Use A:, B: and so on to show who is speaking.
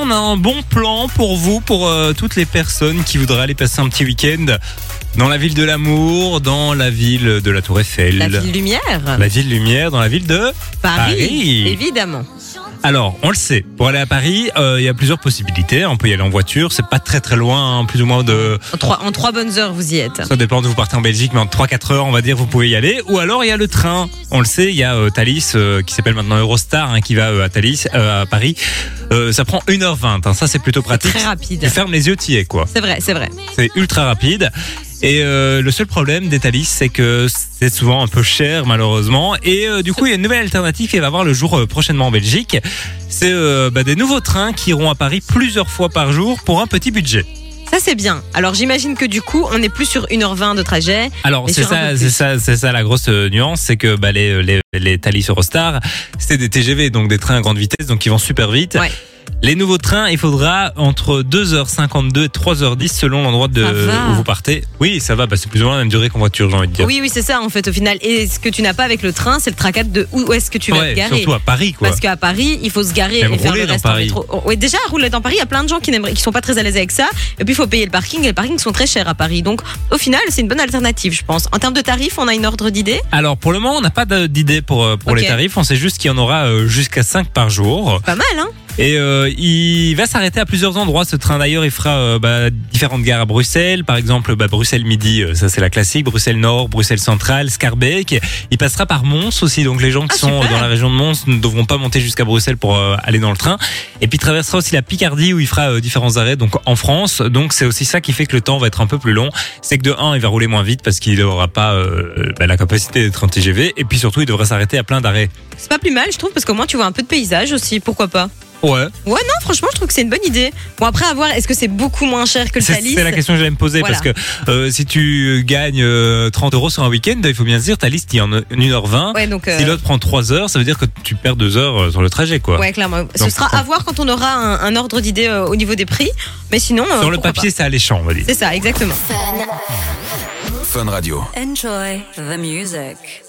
A: on a un bon plan pour vous, pour euh, toutes les personnes qui voudraient aller passer un petit week-end dans la ville de l'amour, dans la ville de la Tour Eiffel,
B: La ville lumière.
A: la ville lumière, dans la ville de
B: Paris,
A: Paris.
B: Évidemment.
A: Alors, on le sait, pour aller à Paris, euh, il y a plusieurs possibilités. On peut y aller en voiture, c'est pas très très loin, hein, plus ou moins de.
B: En trois, en trois bonnes heures, vous y êtes.
A: Ça dépend de vous partez en Belgique, mais en 3-4 heures, on va dire, vous pouvez y aller. Ou alors, il y a le train. On le sait, il y a euh, Thalys, euh, qui s'appelle maintenant Eurostar, hein, qui va euh, à Thalys, euh, à Paris. Euh, ça prend 1h20, hein, ça c'est plutôt pratique.
B: Très
A: Tu
B: rapide.
A: fermes les yeux, t'y es quoi.
B: C'est vrai, c'est vrai.
A: C'est ultra rapide. Et euh, le seul problème des Thalys, c'est que c'est souvent un peu cher, malheureusement. Et euh, du coup, il y a une nouvelle alternative qui va avoir le jour euh, prochainement en Belgique. C'est euh, bah, des nouveaux trains qui iront à Paris plusieurs fois par jour pour un petit budget.
B: Ça, c'est bien. Alors, j'imagine que du coup, on n'est plus sur 1h20 de trajet.
A: Alors
B: Mais
A: c'est
B: sur
A: ça,
B: un peu plus.
A: c'est ça, c'est ça la grosse euh, nuance, c'est que bah, les les les Thalys Eurostar, c'est des TGV, donc des trains à grande vitesse, donc qui vont super vite.
B: Ouais.
A: Les nouveaux trains, il faudra entre 2h52 et 3h10 selon l'endroit de
B: Ça va.
A: où vous partez. Oui, ça va, bah, c'est plus ou moins la même durée qu'en voiture, j'ai envie de dire.
B: Oui, oui, c'est ça, en fait, au final. Et ce que tu n'as pas avec le train, c'est le tracas de où est-ce que tu vas
A: Ouais,
B: te garer.
A: surtout à Paris, quoi.
B: Parce qu'à Paris, il faut se garer
A: Même
B: et faire
A: rouler
B: le
A: dans
B: reste en
A: Paris.
B: métro. Oh, ouais, déjà, rouler dans Paris, il y a plein de gens qui n'aimeraient- qui sont pas très à l'aise avec ça. Et puis, il faut payer le parking. Et les parkings sont très chers à Paris. Donc, au final, c'est une bonne alternative, je pense. En termes de tarifs, on a une ordre d'idée.
A: Alors pour le moment, on n'a pas de- d'idée pour euh, pour
B: Ok.
A: les tarifs. On sait juste qu'il y en aura euh, jusqu'à 5 par jour.
B: Pas mal, hein
A: Et euh, il va s'arrêter à plusieurs endroits. Ce train d'ailleurs, il fera euh, bah, différentes gares à Bruxelles, par exemple bah, Bruxelles Midi, euh, ça c'est la classique. Bruxelles Nord, Bruxelles Centrale, Scarbeck. Il passera par Mons aussi, donc les gens qui
B: Ah,
A: sont euh,
B: super.
A: dans la région de Mons ne devront pas monter jusqu'à Bruxelles pour euh, aller dans le train. Et puis il traversera aussi la Picardie où il fera euh, différents arrêts, donc en France. Donc c'est aussi ça qui fait que le temps va être un peu plus long. C'est que de 1, il va rouler moins vite parce qu'il n'aura pas euh, bah, la capacité d'être en TGV. Et puis surtout, il devra s'arrêter à plein d'arrêts.
B: C'est pas plus mal, je trouve, parce qu'au moins, tu vois un peu de paysage aussi. Pourquoi pas
A: Ouais.
B: Ouais, non, franchement, je trouve que c'est une bonne idée. Bon, après, à voir, est-ce que c'est beaucoup moins cher que le
A: C'est
B: Thalys
A: c'est la question que j'allais me poser
B: Voilà.
A: parce que euh, si tu gagnes euh, 30 euros sur un week-end, il faut bien se dire ta liste il y en a 1h20.
B: Ouais, donc. euh,
A: Si l'autre prend 3 heures, ça veut dire que tu perds 2 heures euh, sur le trajet quoi.
B: Ouais, clairement.
A: Donc,
B: Ce sera à voir quand on aura un, un ordre d'idée euh, au niveau des prix. Mais sinon. euh,
A: Sur le
B: pourquoi
A: papier, c'est alléchant, on va dire.
B: pas. C'est ça, exactement.
C: Fun Radio.
D: Enjoy the music.